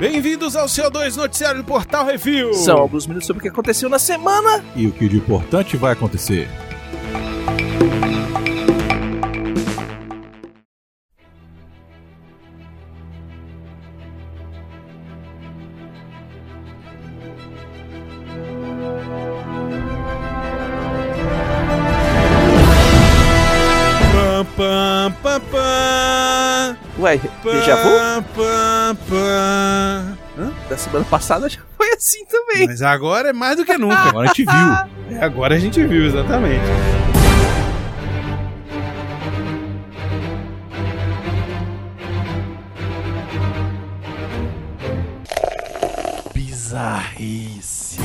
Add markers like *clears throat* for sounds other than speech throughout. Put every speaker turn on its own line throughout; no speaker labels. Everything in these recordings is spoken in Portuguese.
Bem-vindos ao CO2 Noticiário do Portal Review.
São alguns minutos sobre o que aconteceu na semana.
E o que de importante vai acontecer?
Pam, pam, pam, pam.
Ué,
Pam,
já vou?
pam, pam.
Da semana passada já *laughs* foi assim também.
Mas agora é mais do que nunca.
Agora a gente viu.
É, agora a gente viu, exatamente. Bizarrice.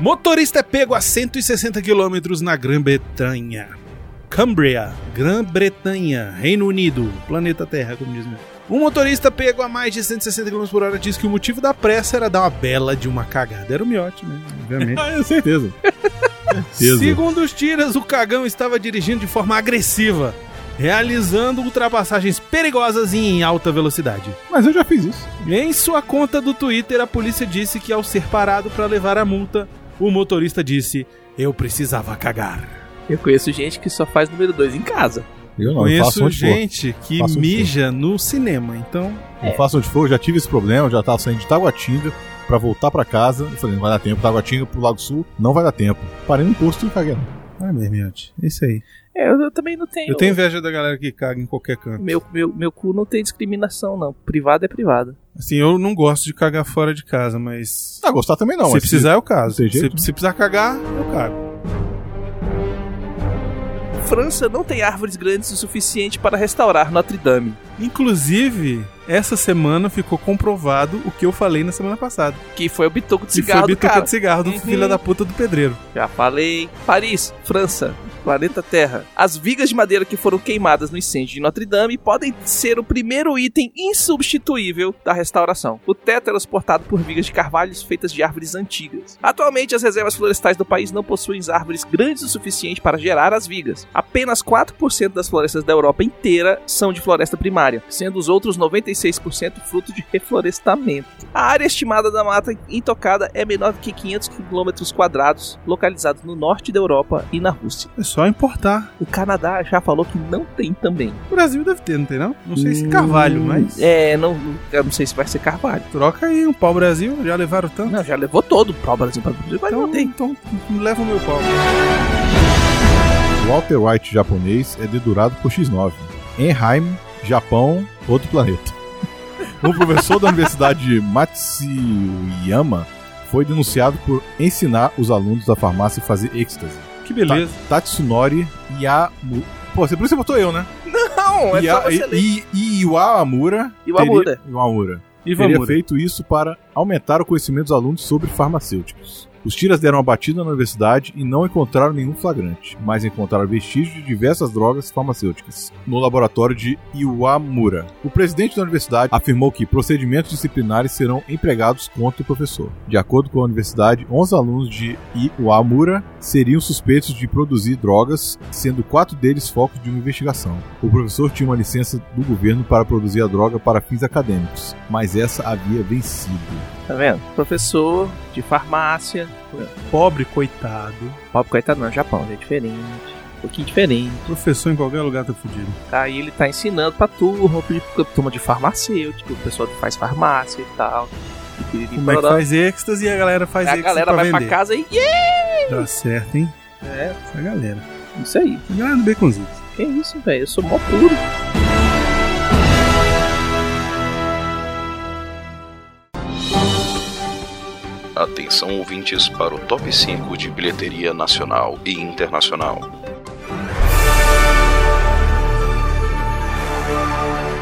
Motorista é pego a 160 km na Grã-Bretanha. Cumbria, Grã-Bretanha, Reino Unido, planeta Terra, como diz meu. Um motorista pego a mais de 160 km por hora diz que o motivo da pressa era dar uma bela de uma cagada. Era o miote, né?
*laughs*
Obviamente.
Ah, é certeza. certeza.
Segundo os tiras, o cagão estava dirigindo de forma agressiva, realizando ultrapassagens perigosas e em alta velocidade.
Mas eu já fiz isso.
Em sua conta do Twitter, a polícia disse que ao ser parado para levar a multa, o motorista disse: Eu precisava cagar.
Eu conheço gente que só faz número 2 em casa.
Eu não, eu faço
Conheço
onde
gente que
Faço onde
mija no cinema, então.
for. Eu faço onde for, eu já tive esse problema, eu já tava saindo de Taguatinga pra voltar pra casa. Eu falei, não vai dar tempo. Taguatinga pro Lago Sul, não vai dar tempo. Parei no posto e caguei.
Ai, meu miote. É isso aí.
É, eu, eu também não tenho.
Eu tenho inveja da galera que caga em qualquer canto.
Meu, meu, meu cu não tem discriminação, não. Privado é privado.
Assim, eu não gosto de cagar fora de casa, mas.
Ah, gostar também não.
se
mas
precisar, é o caso.
tem
Se,
jeito, né?
se precisar cagar, eu cago.
França não tem árvores grandes o suficiente para restaurar Notre Dame.
Inclusive, essa semana ficou comprovado o que eu falei na semana passada.
Que foi o bitoco de
Que
cigarro
foi
do
bituca
cara.
de cigarro do
Uhum.
filho da puta do pedreiro.
Já falei. Paris, França, planeta Terra. As vigas de madeira que foram queimadas no incêndio de Notre Dame podem ser o primeiro item insubstituível da restauração. O teto era suportado por vigas de carvalhos feitas de árvores antigas. Atualmente, as reservas florestais do país não possuem árvores grandes o suficiente para gerar as vigas. Apenas 4% das florestas da Europa inteira são de floresta primária, sendo os outros 96% fruto de reflorestamento. A área estimada da mata intocada é menor do que 500 quilômetros quadrados, localizados no norte da Europa e na Rússia.
É só importar.
O Canadá já falou que não tem também.
O Brasil deve ter, não tem não? Não sei se carvalho,
Hum,
mas.
É, não, eu não sei se vai ser carvalho.
Troca aí um pau-brasil, já levaram tanto.
Não, já levou todo o pau Brasil para Brasil, mas não
então,
tem.
então leva o meu pau.
Walter White japonês é dedurado por X9. Enheim, Japão, outro planeta. *laughs* Um professor da Universidade de Matsuyama foi denunciado por ensinar os alunos da farmácia a fazer êxtase.
Que beleza.
Tá. Tatsunori Yamu... Pô, você por isso você botou eu, né?
Não, é
Ia- I- I- Iwamura
né? Iwamura.
teria- Iwamura
E
teria
vamos.
feito isso para aumentar o conhecimento dos alunos sobre farmacêuticos. Os tiras deram uma batida na universidade e não encontraram nenhum flagrante, mas encontraram vestígios de diversas drogas farmacêuticas no laboratório de Iwamura. O presidente da universidade afirmou que procedimentos disciplinares serão empregados contra o professor. De acordo com a universidade, 11 alunos de Iwamura seriam suspeitos de produzir drogas, sendo quatro deles focos de uma investigação. O professor tinha uma licença do governo para produzir a droga para fins acadêmicos, mas essa havia vencido.
Tá vendo? Professor de farmácia.
Pobre, coitado.
Pobre coitado não, Japão, é diferente. Um pouquinho diferente.
Professor em qualquer lugar tá fudido.
Aí ele tá ensinando pra turma, pra turma de farmacêutico, o pessoal que faz farmácia e tal. E piriri,
Como é que
pororó.
faz êxtase e a galera faz
Aí É, a
êxtase
galera
pra
vai
vender.
pra casa e. Yeah!
Dá certo, hein?
É,
Essa galera.
isso aí.
Essa galera do Baconzitos.
Que isso, velho? Eu sou mó puro.
Atenção ouvintes para o top 5 de bilheteria nacional e internacional.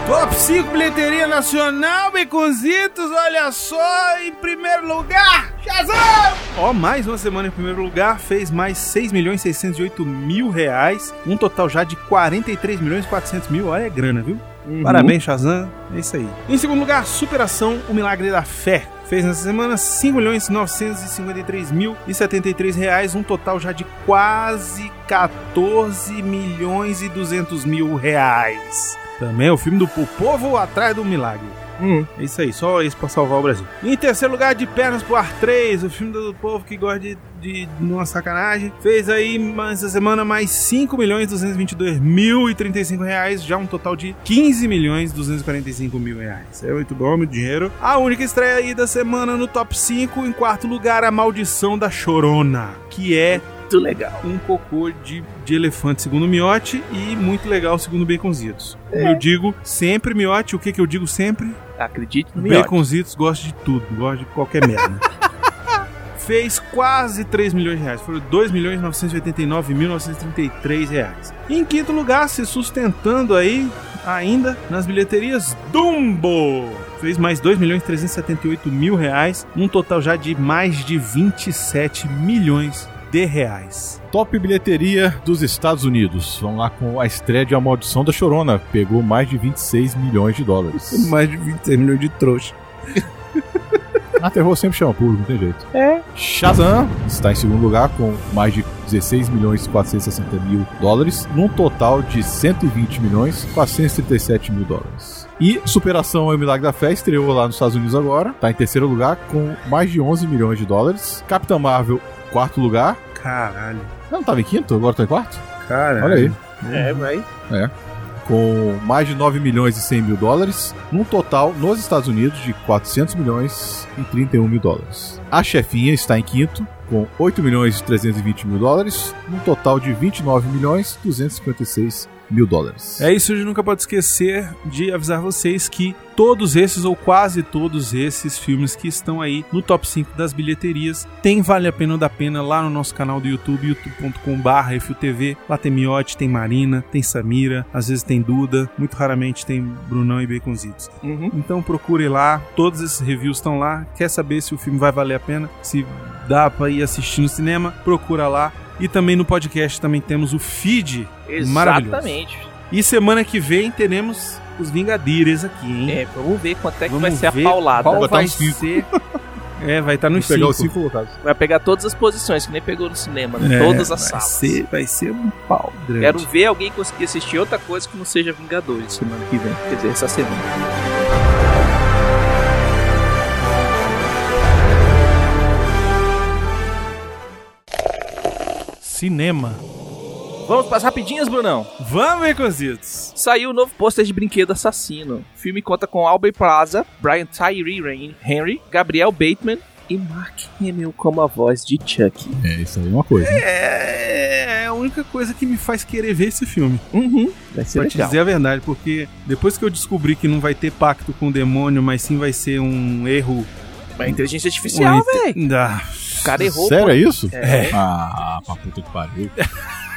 Top 5 bilheteria nacional, Baconzitos, olha só, em primeiro lugar, Shazam! Ó, mais uma semana em primeiro lugar, fez mais 6 milhões reais, um total já de 43 milhões mil, olha a grana, viu? Parabéns, Shazam. É isso aí. Em segundo lugar, Superação, o Milagre da Fé. Fez nessa semana R$ 5.953.073, reais, um total já de quase 14 milhões e 200 mil reais. Também é o filme do po- povo atrás do milagre.
Uhum.
É isso aí, só isso pra salvar o Brasil. Em terceiro lugar, De Pernas pro Ar 3, o filme do povo que gosta de, de uma sacanagem. Fez aí mas, essa semana mais 5 milhões 222.035 reais, já um total de 15 milhões 245 mil reais. É muito bom, muito dinheiro. A única estreia aí da semana no top 5, em quarto lugar, A Maldição da Chorona, que é
Muito legal.
um cocô de, de elefante, segundo o Miotti, e muito legal, segundo o Baconzitos. Eu digo sempre, Miotti, o que, que eu digo sempre?
Acredite no meu.
Baconzitos gosta de tudo, gosta de qualquer merda. Fez quase 3 milhões de reais, foram 2.989.933 reais. Em quinto lugar, se sustentando aí, ainda nas bilheterias, Dumbo! Fez mais 2.378.000 reais, um total já de mais de 27 milhões de reais.
Top bilheteria dos Estados Unidos. Vamos lá com a estreia de A Maldição da Chorona. Pegou mais de 26 milhões
*laughs*
de dólares.
Mais de 26 milhões de trouxa.
Na terror sempre chama público, não tem jeito.
É.
Shazam está em segundo lugar com mais de 16 milhões e 460 mil dólares, num total de 120 milhões e 437 mil dólares. E Superação ao Milagre da Fé estreou lá nos Estados Unidos agora, está em terceiro lugar com mais de 11 milhões de dólares. Capitã Marvel, quarto lugar.
Caralho,
Ela não estava em quinto, agora está em quarto?
caralho.
Olha aí.
É, vai.
com mais de 9 milhões e 100 mil dólares, num total nos Estados Unidos de 400 milhões e 31 mil dólares. A chefinha está em quinto, com 8 milhões e 320 mil dólares, num total de 29 milhões e 256 mil dólares.
É isso, a gente nunca pode esquecer de avisar vocês que todos esses, ou quase todos esses filmes que estão aí no top 5 das bilheterias, tem Vale a Pena ou da Pena lá no nosso canal do YouTube, youtube.com.br, FUTV. Lá tem Miote, tem Marina, tem Samira, às vezes tem Duda, muito raramente tem Brunão e Baconzitos.
Uhum.
Então procure lá, todos esses reviews estão lá. Quer saber se o filme vai valer a pena, se dá pra ir assistir no cinema, procura lá. E também no podcast também temos o feed Maravilhoso.
Exatamente.
e semana que vem teremos os Vingadires aqui, hein?
É, vamos ver quanto é que
Vamos
vai ser
ver
a paulada.
qual-
Então
vai
vai
estar nos
ser. *laughs* É, vai estar nos
Vamos pegar os
5.
cinco colocados.
Vai pegar todas as posições, que nem pegou no cinema, né?
É,
todas as
Vai
salas.
ser, vai ser um pau grande.
Quero ver alguém conseguir assistir outra coisa que não seja Vingadores semana que vem. Quer dizer, essa semana.
Cinema.
Vamos para as rapidinhas, Brunão.
Vamos, Baconzitos.
Saiu o novo pôster de Brinquedo Assassino. O filme conta com Albert Plaza, Brian Tyree Rain- Henry, Gabriel Bateman e Mark Hamill como a voz de Chuck.
É, isso aí é uma coisa. né?
É, é a única coisa que me faz querer ver esse filme.
Uhum, vai ser
pra te
legal.
dizer a verdade, porque depois que eu descobri que não vai ter pacto com o demônio, mas sim vai ser um erro.
Mas inteligência artificial,
um
velho.
item- Ah,
O cara errou.
Sério
pô.
é isso?
É.
Ah, pra puta que pariu.
*laughs*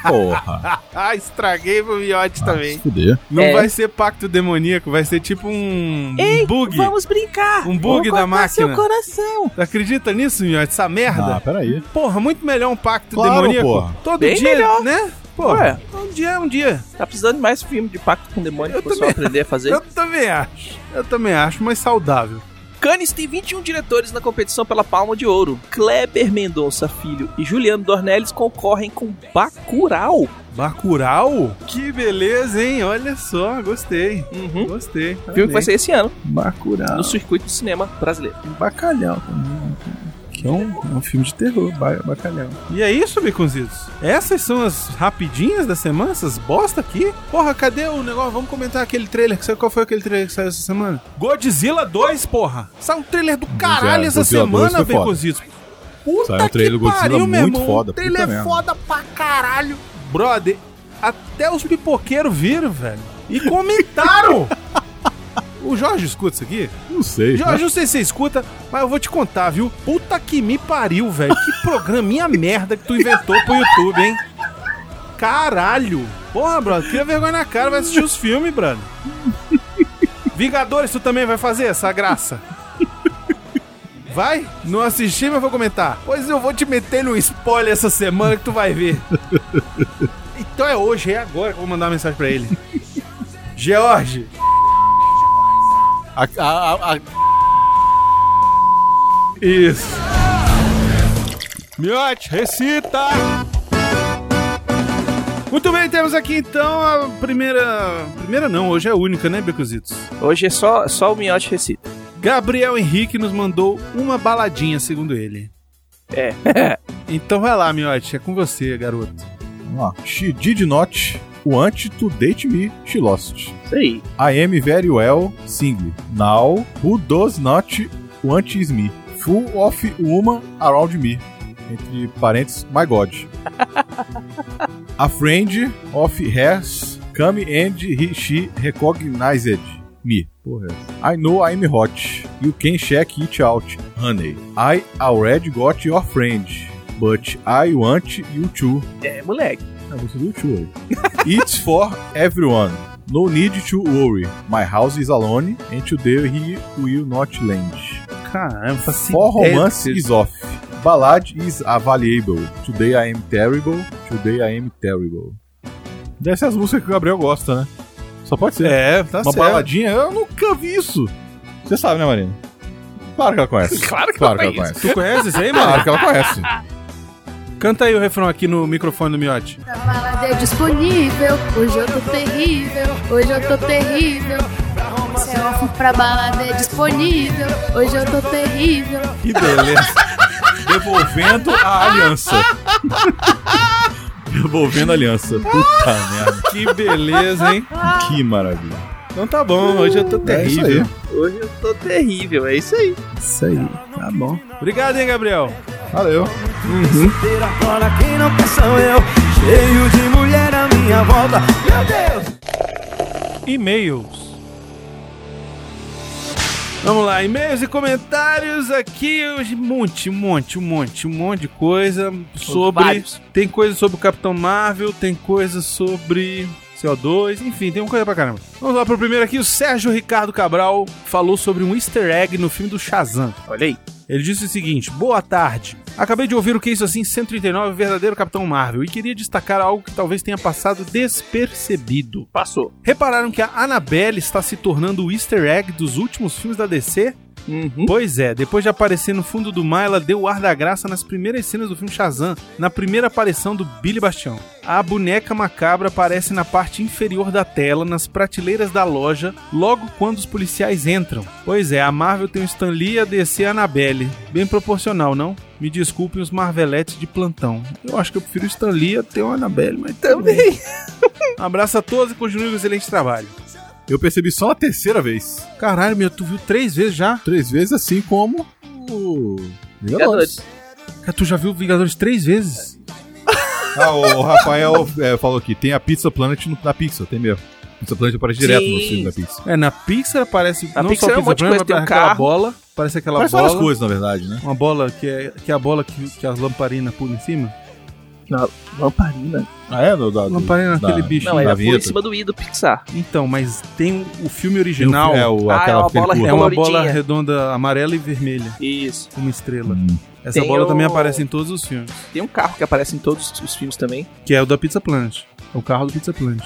Porra.
Ah, estraguei pro Miote
Ah, se fuder.
Não
É.
vai ser pacto demoníaco, vai ser tipo um
Ei,
bug.
Vamos brincar.
Um bug
Vou
da
cortar seu
máquina.
coração.
Tu acredita nisso, Miote? Essa merda?
Ah, peraí.
Porra, muito melhor um pacto
Claro,
demoníaco.
porra.
Todo
Bem
dia,
melhor.
né? Pô,
Ué.
um dia é um dia.
Tá precisando de mais filme de pacto com o demônio
Eu
pra pessoal
também-
aprender a fazer.
Eu também acho. Eu também acho, mas saudável.
Cannes tem 21 diretores na competição pela Palma de Ouro. Kleber Mendonça Filho e Juliano Dornelles concorrem com Bacurau.
Bacurau? Que beleza, hein? Olha só, gostei.
Uhum. Ah.
Gostei.
Filme que vai ser esse ano,
Bacurau.
no circuito de cinema brasileiro.
Bacalhau também. Que é um, filme de terror, bacalhau. E é isso, Biconzitos. Essas são as rapidinhas da semana, essas bosta aqui. Porra, cadê o negócio? Vamos comentar aquele trailer. Que saiu, qual foi aquele trailer que saiu essa semana? Godzilla 2, porra. Saiu um trailer do caralho
é,
essa
Godzilla 2
semana,
foi foda.
Biconzitos. Puta
Saiu um trailer do
que
Godzilla
pariu, meu
muito
irmão.
foda,
O trailer
puta
é
merda.
foda pra caralho. Brother, até os pipoqueiros viram, velho. E
*laughs*
comentaram. o Jorge escuta isso aqui?
Não sei. né?
Jorge, não sei se você escuta, mas eu vou te contar, viu? Puta que me pariu, velho. Que programinha merda que tu inventou pro YouTube, hein? Caralho. Porra, brother, cria vergonha na cara, vai assistir os filmes, brother. Vingadores, tu também vai fazer essa graça? Vai? Não assisti, mas vou comentar. Pois eu vou te meter no spoiler essa semana que tu vai ver. Então é hoje, é agora que eu vou mandar uma mensagem pra ele. George,
A, a- a- a-
Isso. Miote, recita! Muito bem, temos aqui então a primeira. Primeira não, hoje é a única, né, Becuzitos?
Hoje é só, só o Miote recita.
Gabriel Henrique nos mandou uma baladinha, segundo ele.
É.
*laughs* então vai lá, Miote, é com você, garoto.
Vamos lá. She did not want to date me, she lost.
Isso aí.
I am very well, sing. Now, who does not want is me. Full of woman around me. Entre parênteses, my God. *laughs* A friend of hers come and he, she recognized me. Porra. I know I'm hot. You can check it out, honey. I already got your friend. But I want you too.
É, moleque.
É a música do U2 aí. *laughs* It's for everyone. No need to worry. My house is alone and today he will not land.
Caramba, tá faço
For
ideia do
romance
que
is off. Ballad is available. Today I am terrible. Today I am terrible. Deve ser as músicas que o Gabriel gosta, né? Só pode ser.
É, tá
Uma
certo.
baladinha? Eu nunca vi isso. Você sabe, né, Marina? Claro que ela conhece.
Claro que
*laughs* Claro que
ela
ela
conhece.
conhece.
Tu conhece isso aí, mano? *laughs*
Claro que ela conhece.
Canta aí o refrão aqui no microfone do Miote.
Balada eu disponível, hoje eu tô terrível, hoje eu tô terrível. Se eu for pra balada é disponível, hoje eu tô terrível.
Que beleza. Devolvendo a aliança. *laughs* Devolvendo a aliança. Puta merda.
Que beleza, hein?
Que maravilha. É
Então tá bom, hoje eu tô
é
terrível.
Hoje eu tô terrível, é isso aí.
Isso aí. Tá bom.
Obrigado, hein, Gabriel?
Valeu.
Agora quem não quer sou eu Cheio de mulher à minha volta Meu Deus
E-mails. Vamos lá, e-mails e comentários aqui, um monte, um monte, um monte, um monte de coisa sobre.
Vários.
Tem coisa sobre o Capitão Marvel, tem coisa sobre CO2, enfim, tem uma coisa pra caramba. Vamos lá pro primeiro aqui, o Sérgio Ricardo Cabral falou sobre um easter egg no filme do Shazam.
Olha aí.
Ele disse o seguinte: Boa tarde. Acabei de ouvir o que é isso assim 139, o verdadeiro Capitão Marvel, e queria destacar algo que talvez tenha passado despercebido.
Passou.
Repararam que a Annabelle está se tornando o easter egg dos últimos filmes da DC?
Uhum.
Pois é, depois de aparecer no fundo do mar, ela deu o ar da graça nas primeiras cenas do filme Shazam, na primeira aparição do Billy Bastião. A boneca macabra aparece na parte inferior da tela, nas prateleiras da loja, logo quando os policiais entram. Pois é, a Marvel tem o Stan Lee e a DC a Annabelle. Bem proporcional, não? Me desculpem os marveletes de plantão. Eu acho que eu prefiro o Stan Lee até o Annabelle, mas também.
*laughs*
Abraço a todos e continue o excelente trabalho.
Eu percebi só a terceira vez.
Caralho, meu, tu viu três vezes já?
Três vezes assim como o.
Vingadores.
Cara, tu já viu Vingadores três vezes?
Ah, o Rafael é, falou aqui: tem a Pizza Planet no- na Pixar, tem mesmo. Pizza Planet aparece direto
Sim.
no filme da Pixar.
É, na Pixar aparece
Na
não
Pixar
só
é um
Pixar
monte de
Planet,
coisa, tem um
mas aquela
carro.
bola, parece aquela
Parece
bola,
várias coisas, na verdade, né?
uma bola que é, que é a bola que, que as lamparinas pulam em cima.
Lamparina.
Ah, é? Do, da, do-
Lamparina é
da-
aquele bicho.
Não,
né?
é-
ela
Da
foi em
vinheta.
cima do I do Pixar.
Então, mas tem o, o filme
tem um-
original,
É,
é,
o,
Ah, é
aquela
uma
aquele
bola
curto.
é
uma
coloridinha.
bola redonda amarela e vermelha,
Isso.
uma estrela.
Hum.
Essa
Tem
bola
o-
também aparece em todos os filmes,
Tem um carro que aparece em todos os- os filmes também.
que é o da Pizza Planet. É o carro do Pizza Planet.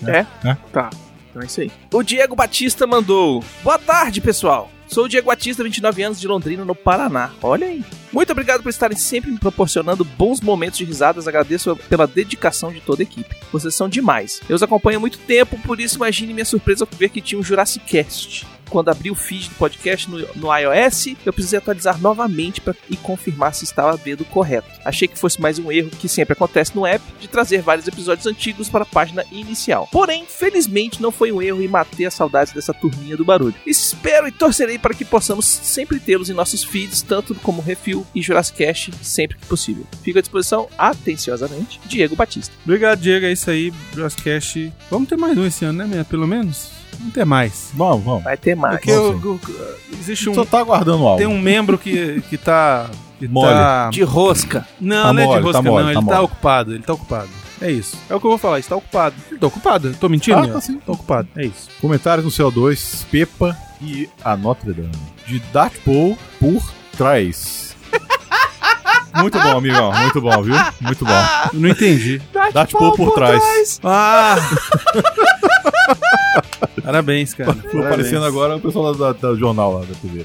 Então é isso aí. O Diego Batista mandou. Boa tarde, pessoal. Sou o Diego Batista, 29 anos, de Londrina, no Paraná. Olha aí. Muito obrigado por estarem sempre me proporcionando bons momentos de risadas. Agradeço pela dedicação de toda a equipe. Vocês são demais. Eu os acompanho há muito tempo, por isso imagine minha surpresa ao ver que tinha um Jurassic Cast. Quando abri o feed do podcast no, no iOS, eu precisei atualizar novamente pra, e confirmar se estava vendo correto. Achei que fosse mais um erro que sempre acontece no app de trazer vários episódios antigos para a página inicial. Porém, felizmente não foi um erro e matei as saudades dessa turminha do barulho. Espero e torcerei para que possamos sempre tê-los em nossos feeds, tanto como Refil e Jurassic Cast, sempre que possível. Fico à disposição, atenciosamente, Diego Batista.
Obrigado, Diego, é isso aí, Brascast. Vamos ter mais um esse ano, né, minha? Pelo menos? Vamos ter mais.
Vamos, vamos.
Vai ter mais.
Porque
Vamos
eu- eu- existe um
Só tá aguardando algo.
Tem um membro que, que tá. Que
Mole.
tá-
De rosca.
Não,
Tá
não é de
mole,
rosca,
tá
não.
mole, tá
ele tá
mole.
ocupado, ele tá ocupado. É isso. É o que eu vou falar, ele tá ocupado. Ele tá ocupado, eu tô mentindo?
Ah,
né?
tá sim.
Tô ocupado, é isso.
Comentários no CO2, Pepa e a Notre Dame. De Dark Paul por trás. *laughs* Muito bom, amigão. Muito bom, viu? Muito bom.
Eu não entendi.
Ah! Dark Paul por trás.
Ah! *laughs* Parabéns, cara.
Ficou aparecendo agora o pessoal da, da- da jornal lá da TV.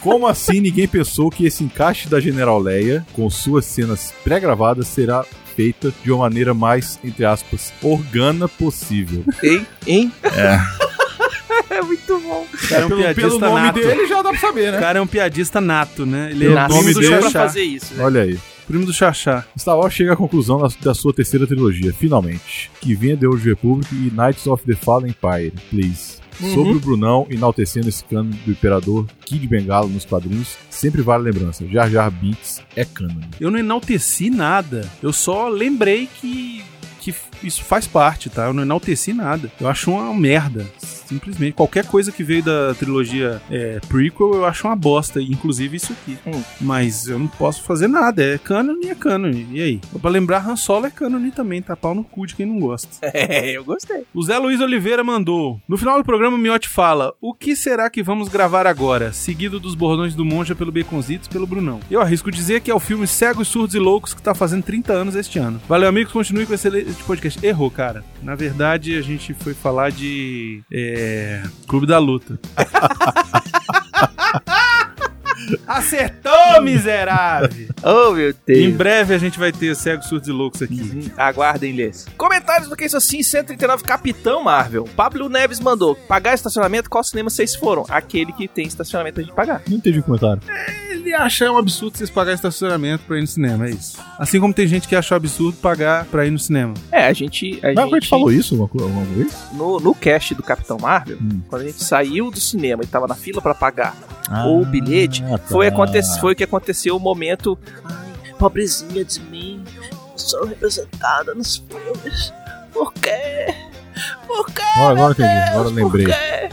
Como assim ninguém pensou que esse encaixe da General Leia, com suas cenas pré-gravadas, será feita de uma maneira mais, entre aspas, organa possível?
Hein? Hein? *laughs* É. muito bom.
O cara é um
pelo
piadista
pelo nome
nato.
dele já dá pra saber,
O
né?
cara é um piadista nato, né? Ele
Pelo
é
nome
primo do
dele
pra
Xaxá.
fazer isso, né?
Olha aí.
Primo do Xaxá.
Star Wars chega à conclusão da, da sua terceira trilogia, finalmente, que vinha The Old Republic e Knights of the Fallen Empire, please.
Uhum.
Sobre o Brunão enaltecendo esse cano do Imperador Kid Bengala nos quadrinhos, sempre vale a lembrança. Jar Jar Binks é canon.
Eu não enalteci nada. Eu só lembrei que, que isso faz parte, tá? Eu não enalteci nada. Eu acho uma merda. Simplesmente. Qualquer coisa que veio da trilogia é, prequel, eu acho uma bosta. Inclusive isso aqui.
Hum.
Mas eu não posso fazer nada. É canon e é canon. E aí? Pra lembrar, Han Solo é canon também. Tá pau no cu de quem não gosta.
*laughs* É, eu gostei.
O Zé Luiz Oliveira mandou. No final do programa, o Miotti fala: O que será que vamos gravar agora? Seguido dos bordões do Monja pelo Beconzitos e pelo Brunão. Eu arrisco dizer que é o filme Cegos, Surdos e Loucos que tá fazendo 30 anos este ano. Valeu, amigos. Continue com esse excelente podcast. Errou, cara. Na verdade, a gente foi falar de. É. Clube da Luta. *laughs* Acertou, miserável!
Oh, meu
em
Deus.
breve a gente vai ter Cegos, Surdos e Loucos aqui.
Aguardem, lhes. Comentários do que isso assim, 139 Capitão Marvel. Pablo Neves mandou pagar estacionamento, qual cinema vocês foram? Aquele que tem estacionamento pra gente pagar.
Não entendi o comentário.
Ele acha um absurdo vocês pagarem estacionamento pra ir no cinema, é isso. Assim como tem gente que acha um absurdo pagar pra ir no cinema.
É, a gente. A
Mas a
gente
gente falou isso alguma, co- alguma vez?
no, no cast do Capitão Marvel,
Hum.
quando a gente saiu do cinema e tava na fila pra pagar ou o bilhete,
Ah, tá.
foi, aconte foi o que aconteceu o momento. Ai, pobrezinha de mim, sou representada nos filmes. Por quê? Por quê?
Agora, agora entendi, agora
Por
lembrei.
quê?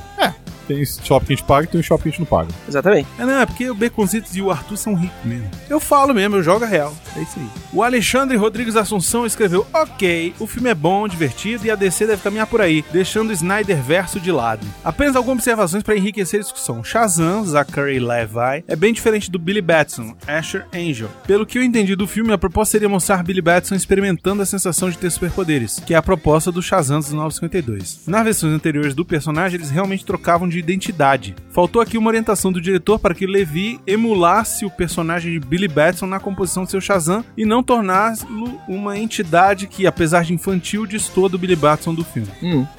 Tem shopping que a gente paga e tem um shopping que a gente não paga.
Exatamente.
É, não, é porque o Beconzitos e o Arthur são ricos mesmo. Eu falo mesmo, eu jogo a real. É isso aí. O Alexandre Rodrigues Assunção escreveu: Ok, o filme é bom, divertido e a DC deve caminhar por aí, deixando o Snyder verso de lado. Apenas algumas observações pra enriquecer a discussão. Shazam, Zachary Levi, é bem diferente do Billy Batson, Asher Angel. Pelo que eu entendi do filme, a proposta seria mostrar Billy Batson experimentando a sensação de ter superpoderes, que é a proposta do Shazam dos 952. Nas versões anteriores do personagem, eles realmente trocavam de identidade. Faltou aqui uma orientação do diretor para que Levi emulasse o personagem de Billy Batson na composição de seu Shazam e não torná-lo uma entidade que, apesar de infantil, destoa do Billy Batson do filme.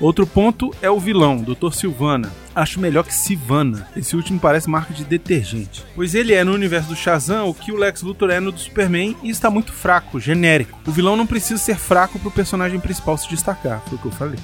Outro ponto é o vilão, Dr. Silvana. Acho melhor que Sivana. Esse último parece marca de detergente. Pois ele é, no universo do Shazam, o que o Lex Luthor é no do Superman e está muito fraco, genérico. O vilão não precisa ser fraco pro personagem principal se destacar, foi o que eu falei.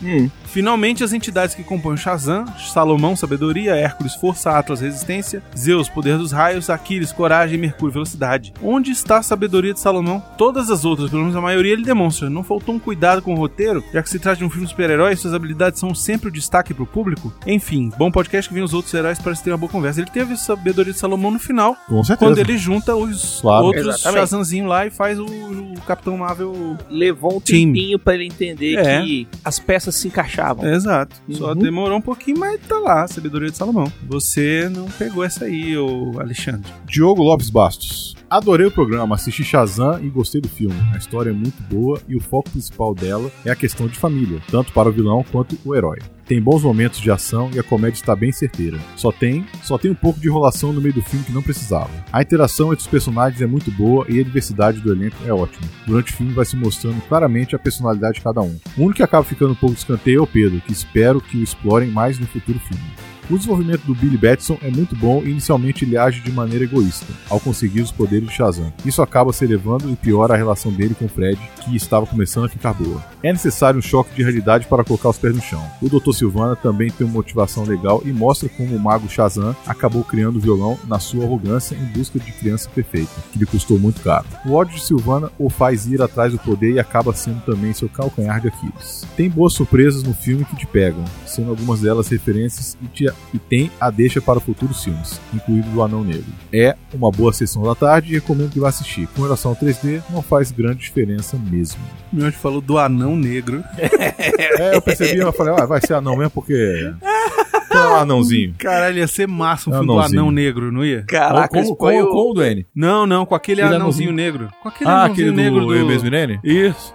Finalmente, as entidades que compõem o Shazam, Salomão, sabedoria, Hércules, força, Atlas, resistência, Zeus, poder dos raios, Aquiles, coragem e Mercúrio, velocidade. Onde está a sabedoria de Salomão? Todas as outras, pelo menos a maioria, ele demonstra. Não faltou um cuidado com o roteiro, já que se trata de um filme de super-herói, suas habilidades são sempre o destaque pro público? Enfim, bom podcast que vem os outros heróis para se ter uma boa conversa. Ele teve a sabedoria de Salomão no final,
Com certeza.
quando ele junta os
Claro.
outros
Exatamente.
Shazamzinho lá e faz o, o Capitão Marvel
Levou um
Time.
tempinho pra ele entender
É.
que as peças se encaixavam.
Exato. Só
Uhum.
demorou um pouquinho, mas tá lá, sabedoria de Salomão. Você não pegou essa aí, ô Alexandre.
Diogo Lopes Bastos. Adorei o programa, assisti Shazam e gostei do filme. A história é muito boa e o foco principal dela é a questão de família, tanto para o vilão quanto o herói. Tem bons momentos de ação e a comédia está bem certeira. Só tem, só tem um pouco de enrolação no meio do filme que não precisava. A interação entre os personagens é muito boa e a diversidade do elenco é ótima. Durante o filme vai se mostrando claramente a personalidade de cada um. O único que acaba ficando um pouco de escanteio é o Pedro, que espero que o explorem mais no futuro filme. O desenvolvimento do Billy Batson é muito bom e inicialmente ele age de maneira egoísta, ao conseguir os poderes de Shazam. Isso acaba se elevando e piora a relação dele com Fred, que estava começando a ficar boa. É necessário um choque de realidade para colocar os pés no chão. O Dr. Silvana também tem uma motivação legal e mostra como o mago Shazam acabou criando o violão na sua arrogância em busca de criança perfeita, que lhe custou muito caro. O ódio de Silvana o faz ir atrás do poder e acaba sendo também seu calcanhar de Aquiles. Tem boas surpresas no filme que te pegam, sendo algumas delas referências e, te- e tem a deixa para futuros filmes, incluído do Anão Negro. É uma boa sessão da tarde e recomendo que vá assistir. Com relação ao 3D, não faz grande diferença mesmo.
O Miotti falou do anão negro.
É, eu percebi, eu falei, ah, vai ser anão mesmo porque Não, anãozinho.
Caralho, ia ser massa um
É um
filme do
anãozinho.
anão negro, não ia?
Caraca,
Ou
esse
com,
foi
com,
o- *laughs*
com o Duane.
Não, não, com aquele
Aquele
anãozinho
anãozinho.
negro. Com aquele
Ah,
anãozinho
aquele
negro
do Eu Mesmo e Nene?
Isso,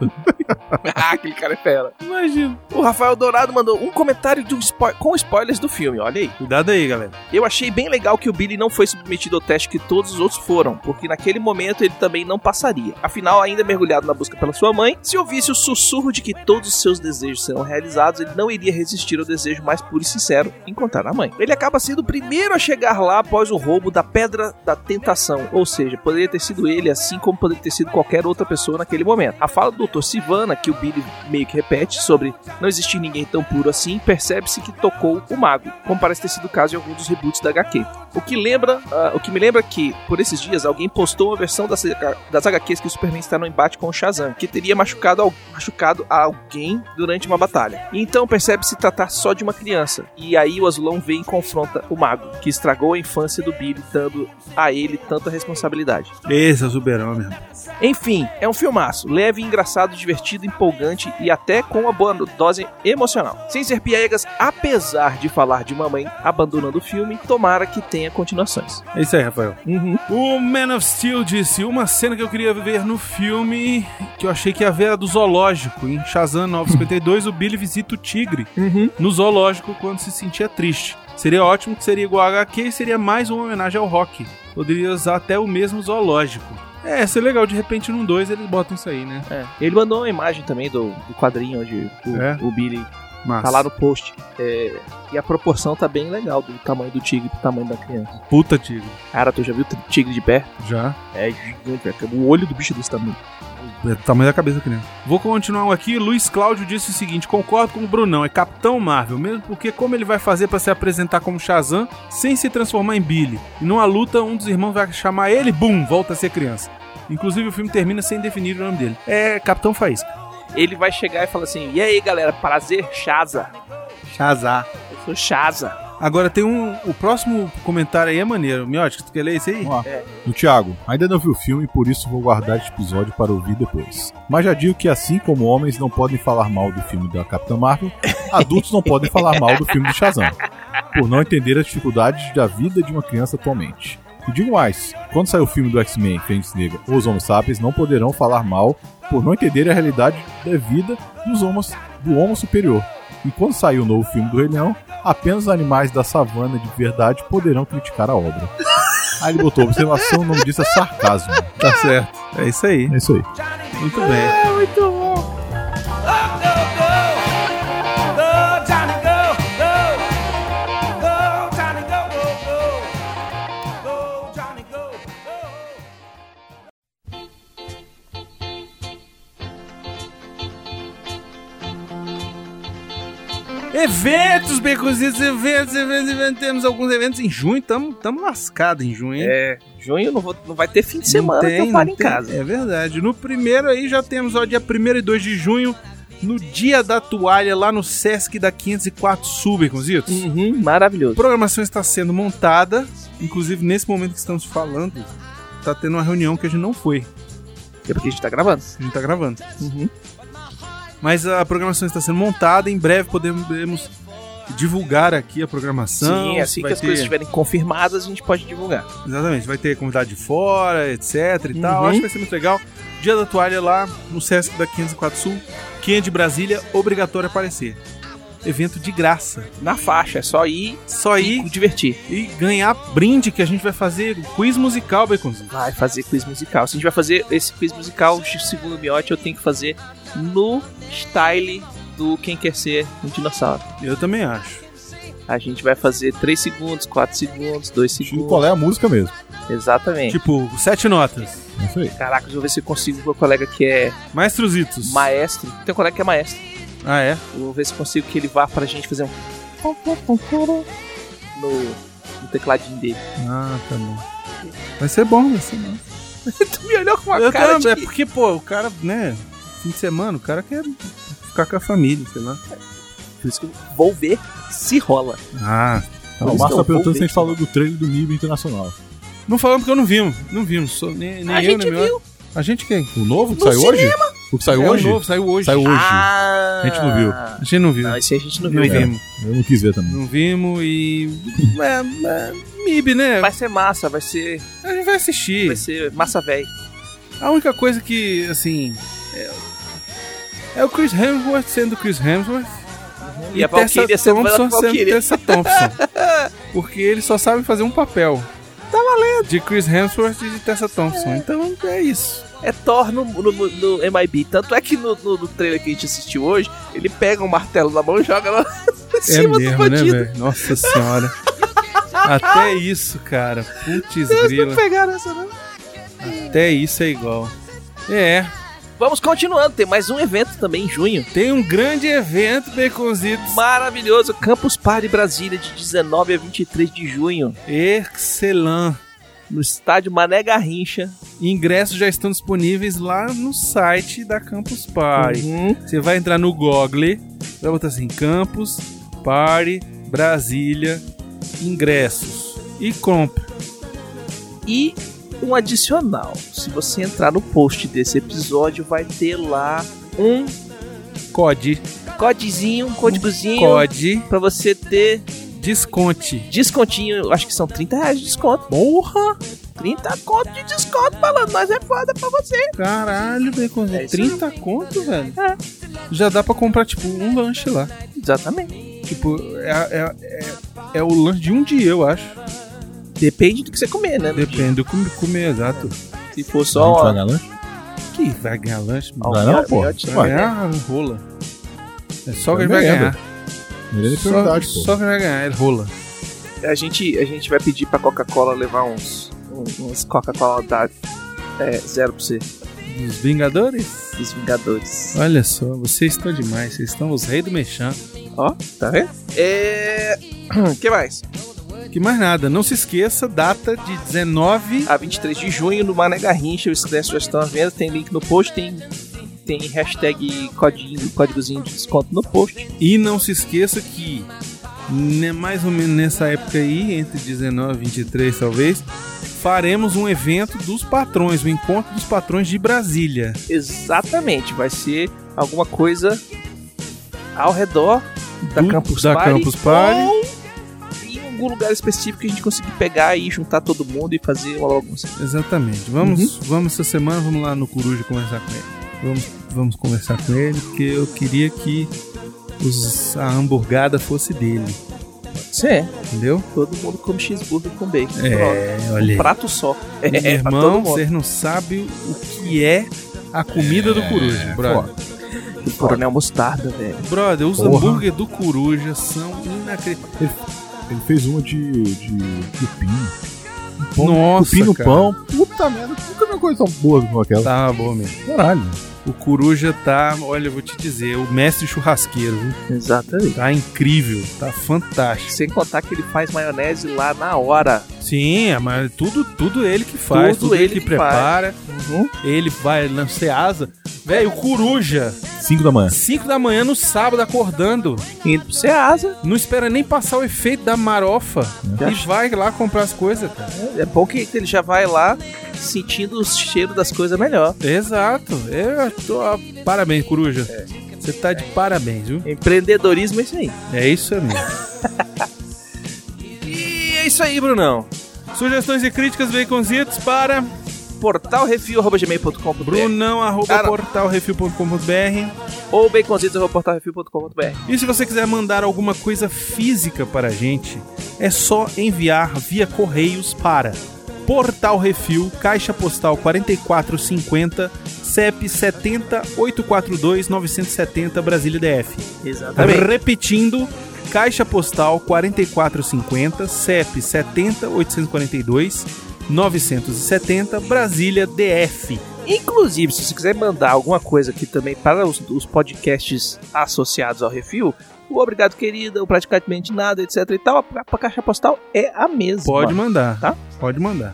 Ah, aquele cara é fera.
imagina.
O Rafael Dourado mandou um comentário de um spo- com spoilers do filme, olha aí.
Cuidado aí, galera.
Eu achei bem legal que o Billy não foi submetido ao teste que todos os outros foram, porque naquele momento ele também não passaria. Afinal, ainda mergulhado na busca pela sua mãe, se ouvisse o sussurro de que todos os seus desejos serão realizados, ele não iria resistir ao desejo mais puro e sincero, encontrar a mãe. Ele acaba sendo o primeiro a chegar lá após o roubo da Pedra da Tentação, ou seja, poderia ter sido ele, assim como poderia ter sido qualquer outra pessoa naquele momento. A fala do Dr. Sivana, que o Billy meio que repete, sobre não existir ninguém tão puro assim, percebe-se que tocou o mago, como parece ter sido o caso em alguns dos reboots da HQ. O que lembra, ah, o que me lembra que, por esses dias, alguém postou uma versão das, das HQs que o Superman está no embate com o Shazam, que teria machucado, al- machucado alguém durante uma batalha. E então percebe-se tratar só de uma criança. E aí o Azulão vem e confronta o mago, que estragou a infância do Billy, dando a ele tanta responsabilidade.
Esse é o super-homem.
Enfim, é um filmaço, leve, engraçado, divertido, empolgante e até com uma boa dose emocional. Sem ser piegas, apesar de falar de uma mãe abandonando o filme, tomara que tenha continuações.
É isso aí, Rafael.
Uhum.
O Man of Steel disse uma cena que eu queria ver no filme que eu achei que ia ver a do zoológico. Em Shazam 952, o Billy visita o tigre
Uhum.
no zoológico quando se sentia triste. Seria ótimo que seria igual a HQ e seria mais uma homenagem ao rock. Poderia usar até o mesmo zoológico. É, seria legal, de repente num 2 eles botam isso aí, né?
É. Ele mandou uma imagem também do, do quadrinho onde o,
É?
o Billy
Mas
tá lá no post. É, e a proporção tá bem legal do tamanho do tigre pro tamanho da criança.
puta tigre.
Cara, tu já viu o tigre de pé?
Já.
É gigante, velho. O olho do bicho desse tamanho.
É do tamanho da cabeça da criança. Vou continuar um aqui. Luiz Cláudio disse o seguinte: concordo com o Brunão, é Capitão Marvel, mesmo porque como ele vai fazer pra se apresentar como Shazam sem se transformar em Billy? E numa luta, um dos irmãos vai chamar ele, bum, volta a ser criança. Inclusive, o filme termina sem definir o nome dele. É Capitão Faísca.
Ele vai chegar e falar assim: E aí, galera, prazer, Shaza.
Shazam.
Eu sou Shaza.
Agora tem um. O próximo comentário aí é maneiro. Miotti, tu quer ler esse aí?
Vamos lá. Do Thiago, ainda não vi o filme, por isso vou guardar este episódio para ouvir depois. Mas já digo que assim como homens não podem falar mal do filme da Capitã Marvel, adultos não podem falar mal do filme do Shazam, por não entender as dificuldades da vida de uma criança atualmente. E digo mais, quando sair o filme do X-Men, Fênix Negra ou os Homo Sapiens, não poderão falar mal por não entender a realidade da vida dos homos, do Homo Superior. E quando sair o novo filme do Rei Leão, apenas os animais da savana de verdade poderão criticar a obra. Aí ele botou observação, o nome disso é sarcasmo.
Tá certo. É isso aí.
É isso aí.
Muito bem. Eventos, Becozitos, eventos, eventos, eventos. Temos alguns eventos em junho, tamo, tamo lascado em junho, hein?
É, junho não, vou- não vai ter fim de semana
Não
que
tem,
eu paro
não
em
tem.
casa.
É verdade. No primeiro aí já temos, ó, dia 1 e 2 de junho, no dia da toalha, lá no Sesc da 504 Sul, Becozitos.
Uhum,
A
maravilhoso.
programação está sendo montada, inclusive nesse momento que estamos falando, tá tendo uma reunião que a gente não foi, que
É porque a gente tá gravando.
a gente tá gravando.
Uhum.
Mas a programação está sendo montada, em breve podemos divulgar aqui a programação.
Sim, assim
vai
que as
ter-
coisas estiverem confirmadas, a gente pode divulgar.
Exatamente, vai ter convidado de fora, etc e
Uhum.
tal. Acho que vai ser muito legal. Dia da toalha lá no Sesc da 504 Sul. Quem é de Brasília, obrigatório aparecer. Evento de graça.
Na faixa, é só ir
Só
e
ir
divertir.
e ganhar brinde que a gente vai fazer quiz musical, Baconzinho.
Vai fazer quiz musical. Se a gente vai fazer esse quiz musical, segundo o Miotti, eu tenho que fazer no style do Quem Quer Ser um Dinossauro.
Eu também acho.
A gente vai fazer 3 segundos, 4 segundos, 2
Tipo,
segundos.
qual é a música mesmo?
Exatamente.
Tipo, sete notas.
É isso aí.
Caraca, deixa eu ver se eu consigo. Meu colega que é
Maestruzitos.
maestro. Tem um colega que é maestro.
Ah, é?
Eu Vou ver se consigo que ele vá pra gente fazer um. No, no tecladinho dele. *laughs*
Ah, tá bom. Vai ser bom, vai ser bom.
tu me olhou com uma
Eu
cara
também,
de.
é porque, pô, o cara, né, fim de semana, o cara quer ficar com a família, sei lá.
Por isso que eu vou ver se rola.
Ah,
Então, o Márcio tá perguntando se a gente falou do trailer do Nível Internacional.
Não falamos porque eu não vimos. Não vimos. só- nem nem
a
eu,
gente
nem meu.
viu.
A gente quem? um
O novo que
No
saiu hoje? O que saiu
é
hoje?
o novo, saiu hoje.
Saiu hoje.
Ah,
A gente não viu.
A gente não viu.
Não, esse a gente não
Não
viu ainda.
vimos.
Eu não quis ver também.
Não vimos e. É, é, MIB, né?
Vai ser massa, vai ser,
A gente vai assistir.
vai ser massa velho.
A única coisa que, assim. É, é o Chris Hemsworth sendo Chris Hemsworth.
E a Valkyria
Tessa
sendo
Thompson sendo
Valkyria.
Tessa Thompson.
*laughs*
Porque eles só sabem fazer um papel. Tá valendo! De Chris Hemsworth e de Tessa Thompson. Então é isso.
É Thor no, no, no MIB. Tanto é que no, no, no trailer que a gente assistiu hoje, ele pega um martelo na mão e joga lá *laughs* em cima do bandido.
É né, velho? Nossa senhora. Até isso, cara. Putz
Eles não
grila.
pegaram essa, não.
Até isso é igual. É,
Vamos continuando, tem mais um evento também em junho.
tem um grande evento, Baconzitos.
Maravilhoso, Campus Party Brasília, de 19 a 23 de junho,
Excelente.
no estádio Mané Garrincha.
Ingressos já estão disponíveis lá no site da Campus Party.
Uhum.
Você vai entrar no Google, vai botar assim: Campus Party Brasília Ingressos. E compra.
E um adicional: se você entrar no post desse episódio, vai ter lá um
COD.
codezinho, um códigozinho
COD.
pra você ter
Desconte.
descontinho. Acho que são 30 reais de desconto. Porra! 30 conto de desconto, falando, nós é foda pra você.
Caralho, Baconzinho.
É isso
30 conto, velho. É. Já dá pra comprar, tipo, um lanche lá.
Exatamente.
Tipo, é, é- é- é o lanche de um dia, eu acho.
Depende do que você comer, né?
Depende do comer, comer exato.
Se for
A gente
só.
vai ganhar lanche?
Que vai ganhar lanche, mano.
Não né? vai não, pô?
Vai
Ué,
ganhar rola. É só
Eu
quem
me
vai
lembro.
ganhar.
Miranda é
Só,
prioridade, pô.
só quem vai ganhar é rola.
A gente, a gente vai pedir pra Coca-Cola levar uns, uns, uns Coca-Cola da é, zero pra você,
Dos Vingadores?
dos Vingadores.
Olha só, vocês estão demais. Vocês estão os reis do mexão.
Tá vendo? É. *clears throat* que mais?
Que mais nada, não se esqueça, data de 19.
A 23 de junho no Mané Garrincha, os ingressos já estão à venda, tem link no post, tem, tem hashtag codinho, códigozinho de desconto no post.
E não se esqueça que, né, mais ou menos nessa época aí, entre 19 e 23 talvez, faremos um evento dos patrões, o Encontro dos Patrões de Brasília.
Exatamente, vai ser alguma coisa ao redor da
Do-
Campus
da
Party.
Campus Party.
Ou em algum lugar específico que a gente conseguir pegar e juntar todo mundo e fazer um uma bagunça.
Exatamente. Vamos, vamos essa semana, vamos lá no Coruja conversar com ele. Vamos, vamos conversar com ele, porque eu queria que os- a hamburgada fosse dele,
Isso é,
entendeu?
todo mundo come cheeseburger com bacon. Pronto.
É, olha
Um
aí.
prato só. É,
Meu
pra
irmão,
todo mundo.
vocês não sabem o que é a comida do coruja, brother.
O Coronel Mostarda, velho.
Brother, os
Porra.
hambúrguer do coruja são inacreditáveis.
Ele fez uma de, de cupim. Pão-
Nossa,
Cupim no
cara.
pão. Puta merda, nunca vi uma coisa tão boa como aquela.
Tá bom mesmo.
Caralho.
O coruja tá, olha, eu vou te dizer, o mestre churrasqueiro, viu?
Exatamente.
Tá incrível, tá fantástico.
Sem contar que ele faz maionese lá na hora.
Sim, é, mas tudo, tudo ele que faz, tudo, ele que, prepara.
Uhum.
Ele vai lançar asa. Velho, o coruja,
5 da manhã.
5 da manhã no sábado acordando,
Indo pro Ceasa.
não espera nem passar o efeito da marofa
Já-
e vai lá comprar as coisas, cara.
É bom que ele já vai lá sentindo o cheiro das coisas melhor.
Exato. Eu tô, ó, parabéns, coruja. Você tá de parabéns, viu?
Empreendedorismo é isso aí.
É isso *laughs* mesmo.
E é isso aí, Brunão.
Sugestões e críticas, baconzitos para
Portalrefil.gmail.com.br Cara.
brunão.portalrefil.com.br
ou baconzitos.portalrefil.com.br
E se você quiser mandar alguma coisa física para a gente, é só enviar via Correios para Portal Refil, Caixa Postal 4450, CEP 70 842 970 Brasília DF.
Exatamente.
Repetindo, caixa postal 4450, CEP 70 842 970, Brasília DF.
Inclusive, se você quiser mandar alguma coisa aqui também para os, os podcasts associados ao Refil, o Obrigado Querida, o Praticamente Nada, etc e tal, a, a caixa postal é a mesma.
Pode mandar,
Tá?
Pode mandar.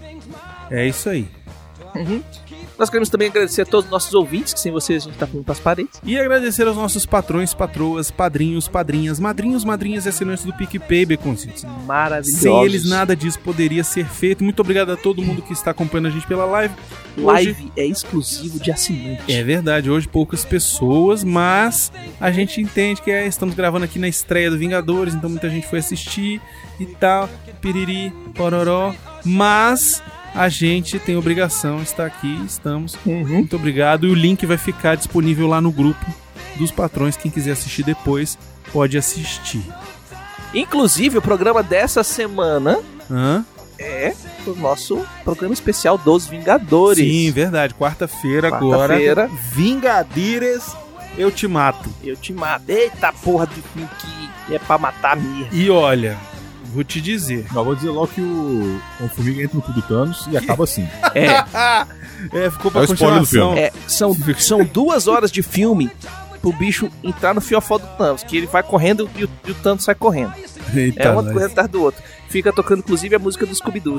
É isso aí.
Nós queremos também agradecer a todos os nossos ouvintes, que sem vocês a gente tá falando pras paredes.
E agradecer aos nossos patrões, patroas, padrinhos, padrinhas, madrinhos, madrinhas e assinantes do PicPay, Beconzitos.
Maravilhosos.
Sem eles nada disso poderia ser feito. Muito obrigado a todo mundo que está acompanhando a gente pela live. Hoje
Live é exclusivo de assinante.
é verdade, hoje poucas pessoas, mas a gente entende que é, estamos gravando aqui na estreia do Vingadores, então muita gente foi assistir e tal, piriri, pororó, mas a gente tem obrigação de estar aqui, estamos.
Uhum.
Muito obrigado. E o link vai ficar disponível lá no grupo dos patrões. Quem quiser assistir depois, pode assistir.
Inclusive, o programa dessa semana
Hã?
é o nosso programa especial dos Vingadores.
Sim, verdade. Quarta-feira agora.
Quarta-feira.
Vingadires, eu te mato.
Eu te mato. Eita porra de filme que é pra matar a minha.
E olha, vou te dizer.
Não, vou dizer logo que o Homem-Formiga entra no cu do Thanos e acaba assim.
*laughs* É,
*laughs* é, ficou pra
É o spoiler do
continuação.
é, são, são duas horas de filme pro bicho entrar no fiofó do Thanos, que ele vai correndo e o, e o Thanos sai correndo.
Eita,
É uma
nós.
correndo atrás do outro. Fica tocando, inclusive, a música do Scooby-Doo.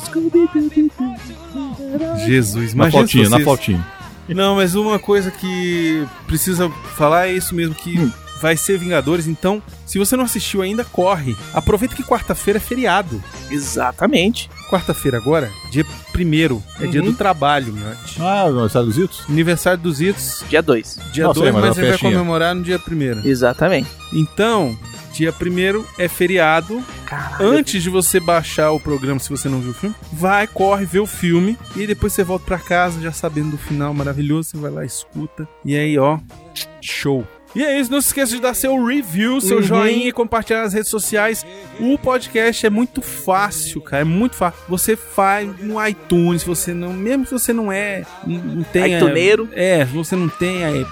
Jesus,
na
imagina
flautinha,
se
na
vocês-
flautinha.
Não, mas uma coisa que precisa falar é isso mesmo, que
Hum.
vai ser Vingadores. Então, se você não assistiu ainda, corre. Aproveita que quarta-feira é feriado.
Exatamente.
Quarta-feira agora, dia primeiro, é dia
Uhum.
do trabalho, Miote.
Ah, não, sabe os Itos?
Aniversário dos Itos,
Dia 2.
dia
Nossa,
2,
aí, mas
mas
é
ele vai
festinha.
comemorar no dia primeiro.
Exatamente.
Então, dia primeiro é feriado.
Caralho.
Antes de você baixar o programa, se você não viu o filme, vai, corre, vê o filme. E aí depois você volta pra casa, já sabendo do final maravilhoso. Você vai lá, escuta. E aí, ó, show. E é isso, não se esqueça de dar seu review, seu
Uhum.
joinha e compartilhar nas redes sociais. O podcast é muito fácil, cara, é muito fácil. Você faz no iTunes, você não, mesmo se você não é, não, não tem
Aitoneiro.
é, se você não tem aí,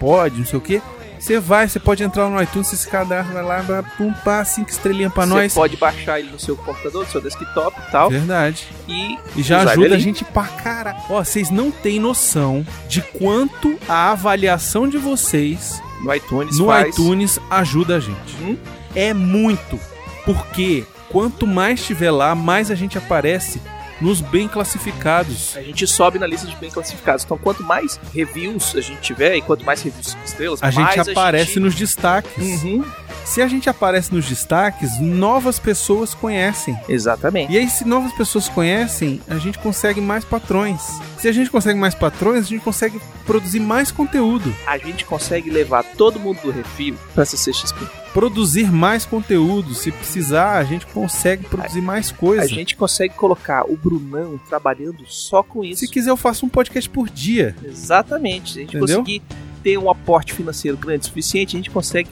pode, não sei o que. Você vai, você pode entrar no iTunes, você se cadastra, vai lá, vai, pum, pá, cinco estrelinhas pra
Você
nós.
pode baixar ele no seu computador, no seu desktop e
É.
tal.
Verdade.
E
E já
Usar
ajuda
ele.
a gente pra caralho. Ó, vocês não têm noção de quanto a avaliação de vocês
no iTunes
no
faz.
iTunes ajuda a gente.
Hum?
É muito. Porque quanto mais tiver lá, mais a gente aparece nos bem classificados.
A gente sobe na lista de bem classificados. Então, quanto mais reviews a gente tiver e quanto mais reviews com estrelas,
A gente
mais
aparece
a gente...
nos destaques.
Uhum,
Se a gente aparece nos destaques, novas pessoas conhecem.
exatamente.
E aí, se novas pessoas conhecem, a gente consegue mais patrões. Se a gente consegue mais patrões, a gente consegue produzir mais conteúdo.
A gente consegue levar todo mundo do refil pra CCXP.
Produzir mais conteúdo. Se precisar, a gente consegue produzir mais
A
coisa.
gente consegue colocar o Brunão trabalhando só com isso.
Se quiser, eu faço um podcast por dia.
Exatamente. Se a gente
Entendeu?
conseguir ter um aporte financeiro grande o suficiente, a gente consegue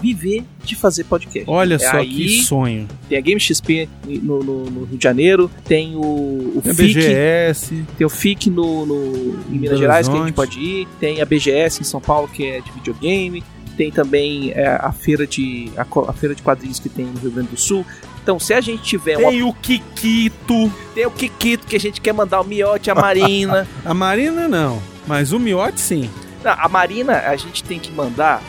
viver de fazer podcast.
Olha
É
só
aí-
que sonho.
Tem a Game XP no, no- no Rio de Janeiro, tem o, o
Tem a
FIC,
BGS.
Tem o FIC no, no- em Minas
Belo
Gerais, que a
Horizonte.
gente pode ir. Tem a BGS em São Paulo, que é de videogame. Tem também é, a, feira de, a, co- a feira de quadrinhos que tem no Rio Grande do Sul. Então, se a gente tiver uma.
Tem o Kikito.
Tem o Kikito, que a gente quer mandar o Miote, a
*laughs*
Marina.
A Marina não. Mas o Miote sim.
Não, a Marina a gente tem que mandar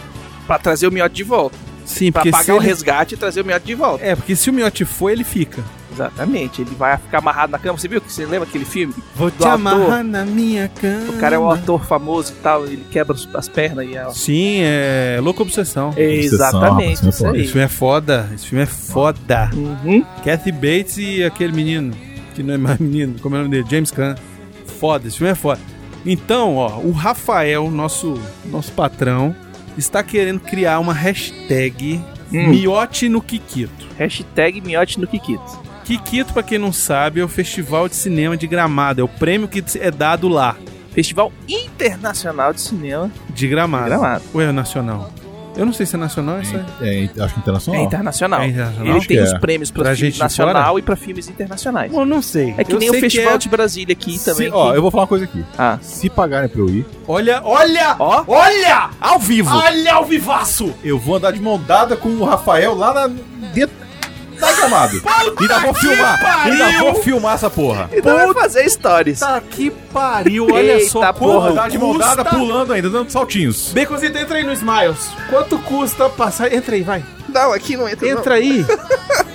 pra trazer o Miote de volta.
Sim,
Pra
porque se
pagar o
ele...
resgate e trazer o Miote de volta.
É, porque se o Miote for, ele fica.
Exatamente. Ele vai ficar amarrado na cama. Você viu? que Você lembra aquele filme?
Vou
Do
te
ator.
amarrar na minha cama.
O cara é um ator famoso e tal, ele quebra as- as pernas e ela.
Sim, é louca obsessão.
Exatamente,
obsessão,
isso aí.
Esse filme é foda. Esse filme é foda.
Uhum.
Kathy Bates e aquele menino, que não é mais *laughs* menino, como é o nome dele? James Caan. Foda, esse filme é foda. Então, ó, o Rafael, nosso, nosso patrão, está querendo criar uma hashtag
Hum.
Miote no Kikito.
Hashtag miote no Kikito.
Kikito, pra quem não sabe, é o Festival de Cinema de Gramado. É o prêmio que é dado lá,
Festival Internacional de Cinema
de Gramado.
de Gramado. Hum.
Ou é o nacional? Eu não sei se é nacional ou se é...
É, é, acho que
É
internacional.
internacional.
É internacional?
Ele
Acho
tem
que
os
é.
prêmios para
Pra
filmes
gente de
nacional e para filmes internacionais.
Bom, não sei.
É que
Eu
nem o
sei
Festival
é-
de Brasília aqui
Se-
também.
ó,
que-
eu vou falar uma coisa aqui.
Ah.
Se pagarem pra eu ir,
Olha, olha!
Ó,
Olha!
ao vivo,
Olha o vivaço!
eu vou andar de mão dada com o Rafael lá na, dentro da gramado. ainda vou filmar.
pariu!
Ainda vou filmar essa porra.
então vai fazer stories.
Tá que pariu, olha
Eita
só
porra,
quanto
Andar de mão dada pulando ainda, dando saltinhos.
Baconzito, entra aí no Smiles. Quanto custa passar? Entra aí, vai.
Não, aqui não entra.
Entra aí.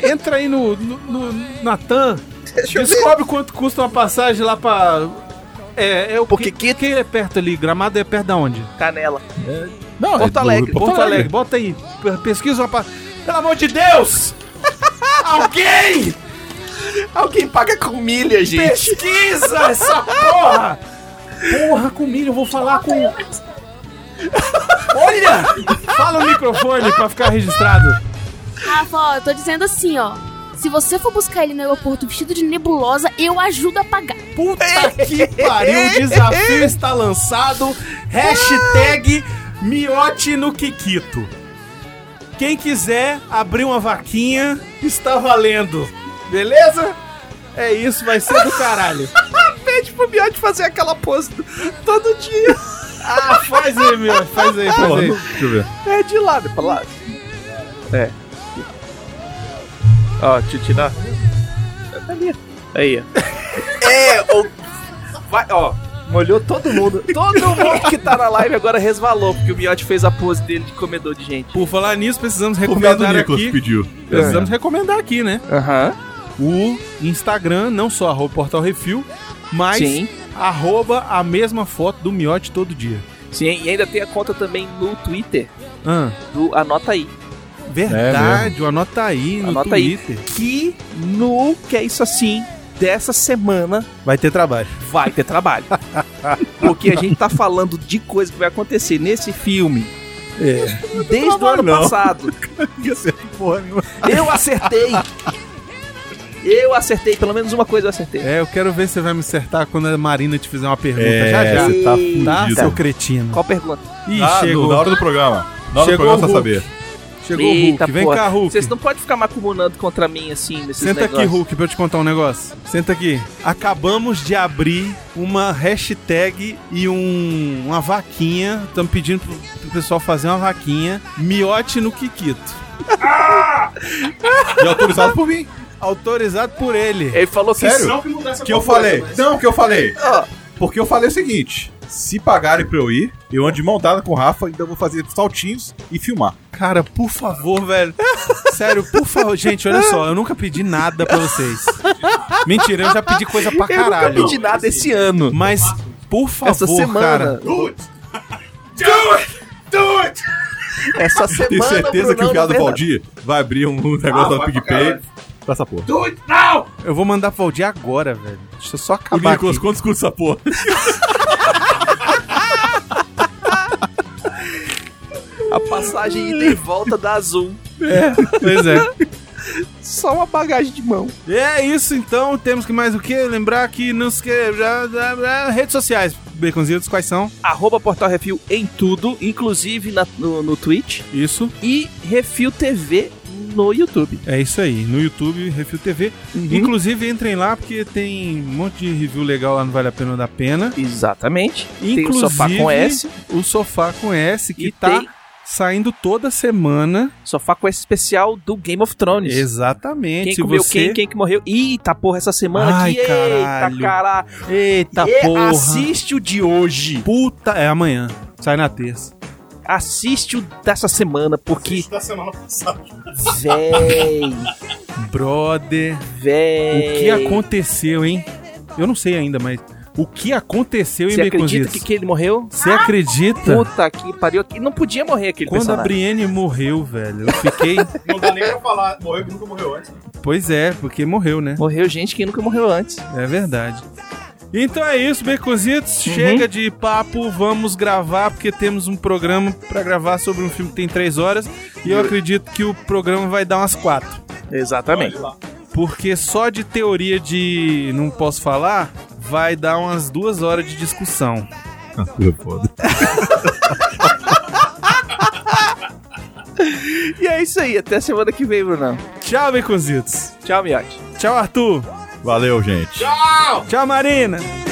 entra aí no, no, no Natan.
Deixa eu ver.
Descobre quanto custa uma passagem lá pra É, é o
Porque
que, que é perto ali? Gramado é perto da onde?
Canela.
Não,
Porto
do-
Alegre.
Porto
Porto Alegre, bota aí. P- Pesquisa uma parte. Pelo amor de Deus! *laughs* Alguém!
Alguém paga com milha, gente.
Pesquisa essa porra! Porra, com milho, eu vou falar com. Olha! Fala o microfone pra ficar registrado.
Rafa, ó, eu tô dizendo assim, ó. Se você for buscar ele no aeroporto vestido de nebulosa, eu ajudo a pagar.
Puta que pariu, o desafio está lançado. Hashtag miote no Kikito. Quem quiser abrir uma vaquinha, está valendo. Beleza? É isso, vai ser do caralho.
Pede pro Miotti fazer aquela pose do- todo dia.
Ah, faz aí, meu. Faz aí, faz
Pô,
aí.
não- Deixa eu ver.
É de lado, é pra lá. É. Ó, deixa eu tirar. Tá ali. Aí, ó. É, ó. Vai, ó. Molhou todo mundo. Todo mundo que tá na live agora resvalou, porque o Miotti fez a pose dele de comedor de gente.
Por falar nisso, precisamos
O viado
recomendar
Nicolas
aqui.
pediu.
É.
Precisamos recomendar aqui, né?
Aham.
O Instagram, não só arroba Portal Refil, mas
Sim.
arroba a mesma foto do miote todo dia.
Sim, e ainda tem a conta também no Twitter
Ah.
do Anota aí.
É
Verdade, anota aí no
Anota aí.
Twitter.
Que no que é isso assim dessa semana
Vai ter trabalho.
vai ter trabalho.
*laughs*
Porque a gente tá falando de coisa que vai acontecer nesse filme.
É.
Desde o ano passado.
*laughs* Ia ser porra nenhuma.
Eu acertei. Eu acertei, pelo menos uma coisa eu acertei.
É, eu quero ver se você vai me acertar quando a Marina te fizer uma pergunta
É,
já já.
você tá
Tá,
fudido.
seu cretino.
Qual pergunta?
Ih,
Ah, no-
chegou.
na hora do programa. Na hora do
Chegou
programa você
o
vai saber.
Chegou o Hulk. Vem
porra.
cá, Hulk.
Vocês não podem ficar me acumulando contra mim assim nesses
Senta
negócios.
aqui, Hulk, pra eu te contar um negócio. Senta aqui. Acabamos de abrir uma hashtag e um, uma vaquinha. Estamos pedindo pro, pro pessoal fazer uma vaquinha. Miote no Kikito.
E autorizado por mim.
Autorizado por ele.
Ele falou que
Sério?
não.
Que eu falei. Não, que eu falei.
Ah.
Porque eu falei o seguinte: se pagarem pra eu ir, eu ando de mão dada com o Rafa, ainda vou fazer saltinhos e filmar.
Cara, por favor, velho. Sério, por favor. Gente, olha só, eu nunca pedi nada pra vocês. Mentira, eu já pedi coisa pra
Eu nunca
caralho.
pedi nada esse ano.
Mas, por favor,
Essa semana.
cara.
Essa semana.
Tenho
Brunão,
certeza
tá
que o viado
não fez
Valdir vai abrir um
Ah,
negócio da PicPay pra essa porra.
Eu vou mandar pra Valdir agora, velho. Deixa eu só
O
acabar aqui.
Nicolas,
*laughs*
quantos custa
*laughs*
essa porra?
nada. A passagem ida e volta da Azul.
Pois é.
Só uma bagagem de mão.
É isso então, temos que mais o que? Lembrar que nos que. já- já- já- Redes sociais, Baconzitos, quais são?
Arroba Portal Refil em tudo, inclusive na- no, no Twitch.
Isso.
E Refil TV no YouTube.
É isso aí, no YouTube, Refil TV.
Uhum.
Inclusive, entrem lá porque tem um monte de review legal lá no Vale a Pena ou da Pena.
Exatamente. tem o
Inclusive,
Sofá com S.
O Sofá com S, que
E
tá
tem
saindo toda semana.
Sofá com S especial do Game of Thrones.
Exatamente.
Quem
se
comeu
você...
quem, quem que morreu. Eita porra, essa semana
Ai,
aqui. Eita
caralho.
caralho.
Eita
E
porra.
Assiste o de hoje.
Puta, é amanhã. Sai na terça.
Assiste o dessa semana, porque.
da semana passada.
Véi,
Brother,
véi.
o que aconteceu, hein? Eu não sei ainda, mas o que aconteceu
Você
em
acredita
Baconzitos?
que, que ele morreu?
Você acredita?
Puta que pariu. E não podia morrer aquele
Tá. Quando a
personagem.
Brienne morreu, velho, eu
*laughs*
fiquei.
Não dá nem pra falar. Morreu que nunca morreu antes.
pois é, porque morreu, né?
Morreu gente que nunca morreu antes.
É verdade. Então é isso,
Uhum.
Baconzitos. Chega de papo, vamos gravar, porque temos um programa pra gravar sobre um filme que tem três horas. E eu acredito que o programa vai dar umas quatro.
Exatamente.
Porque só de teoria de não posso falar, vai dar umas duas horas de discussão.
Ah, Foda.
E é isso aí. Até semana que vem, Brunão.
Tchau, Baconzitos.
Tchau, Miotti.
Tchau, Arthur.
Valeu, gente.
Tchau, Marina.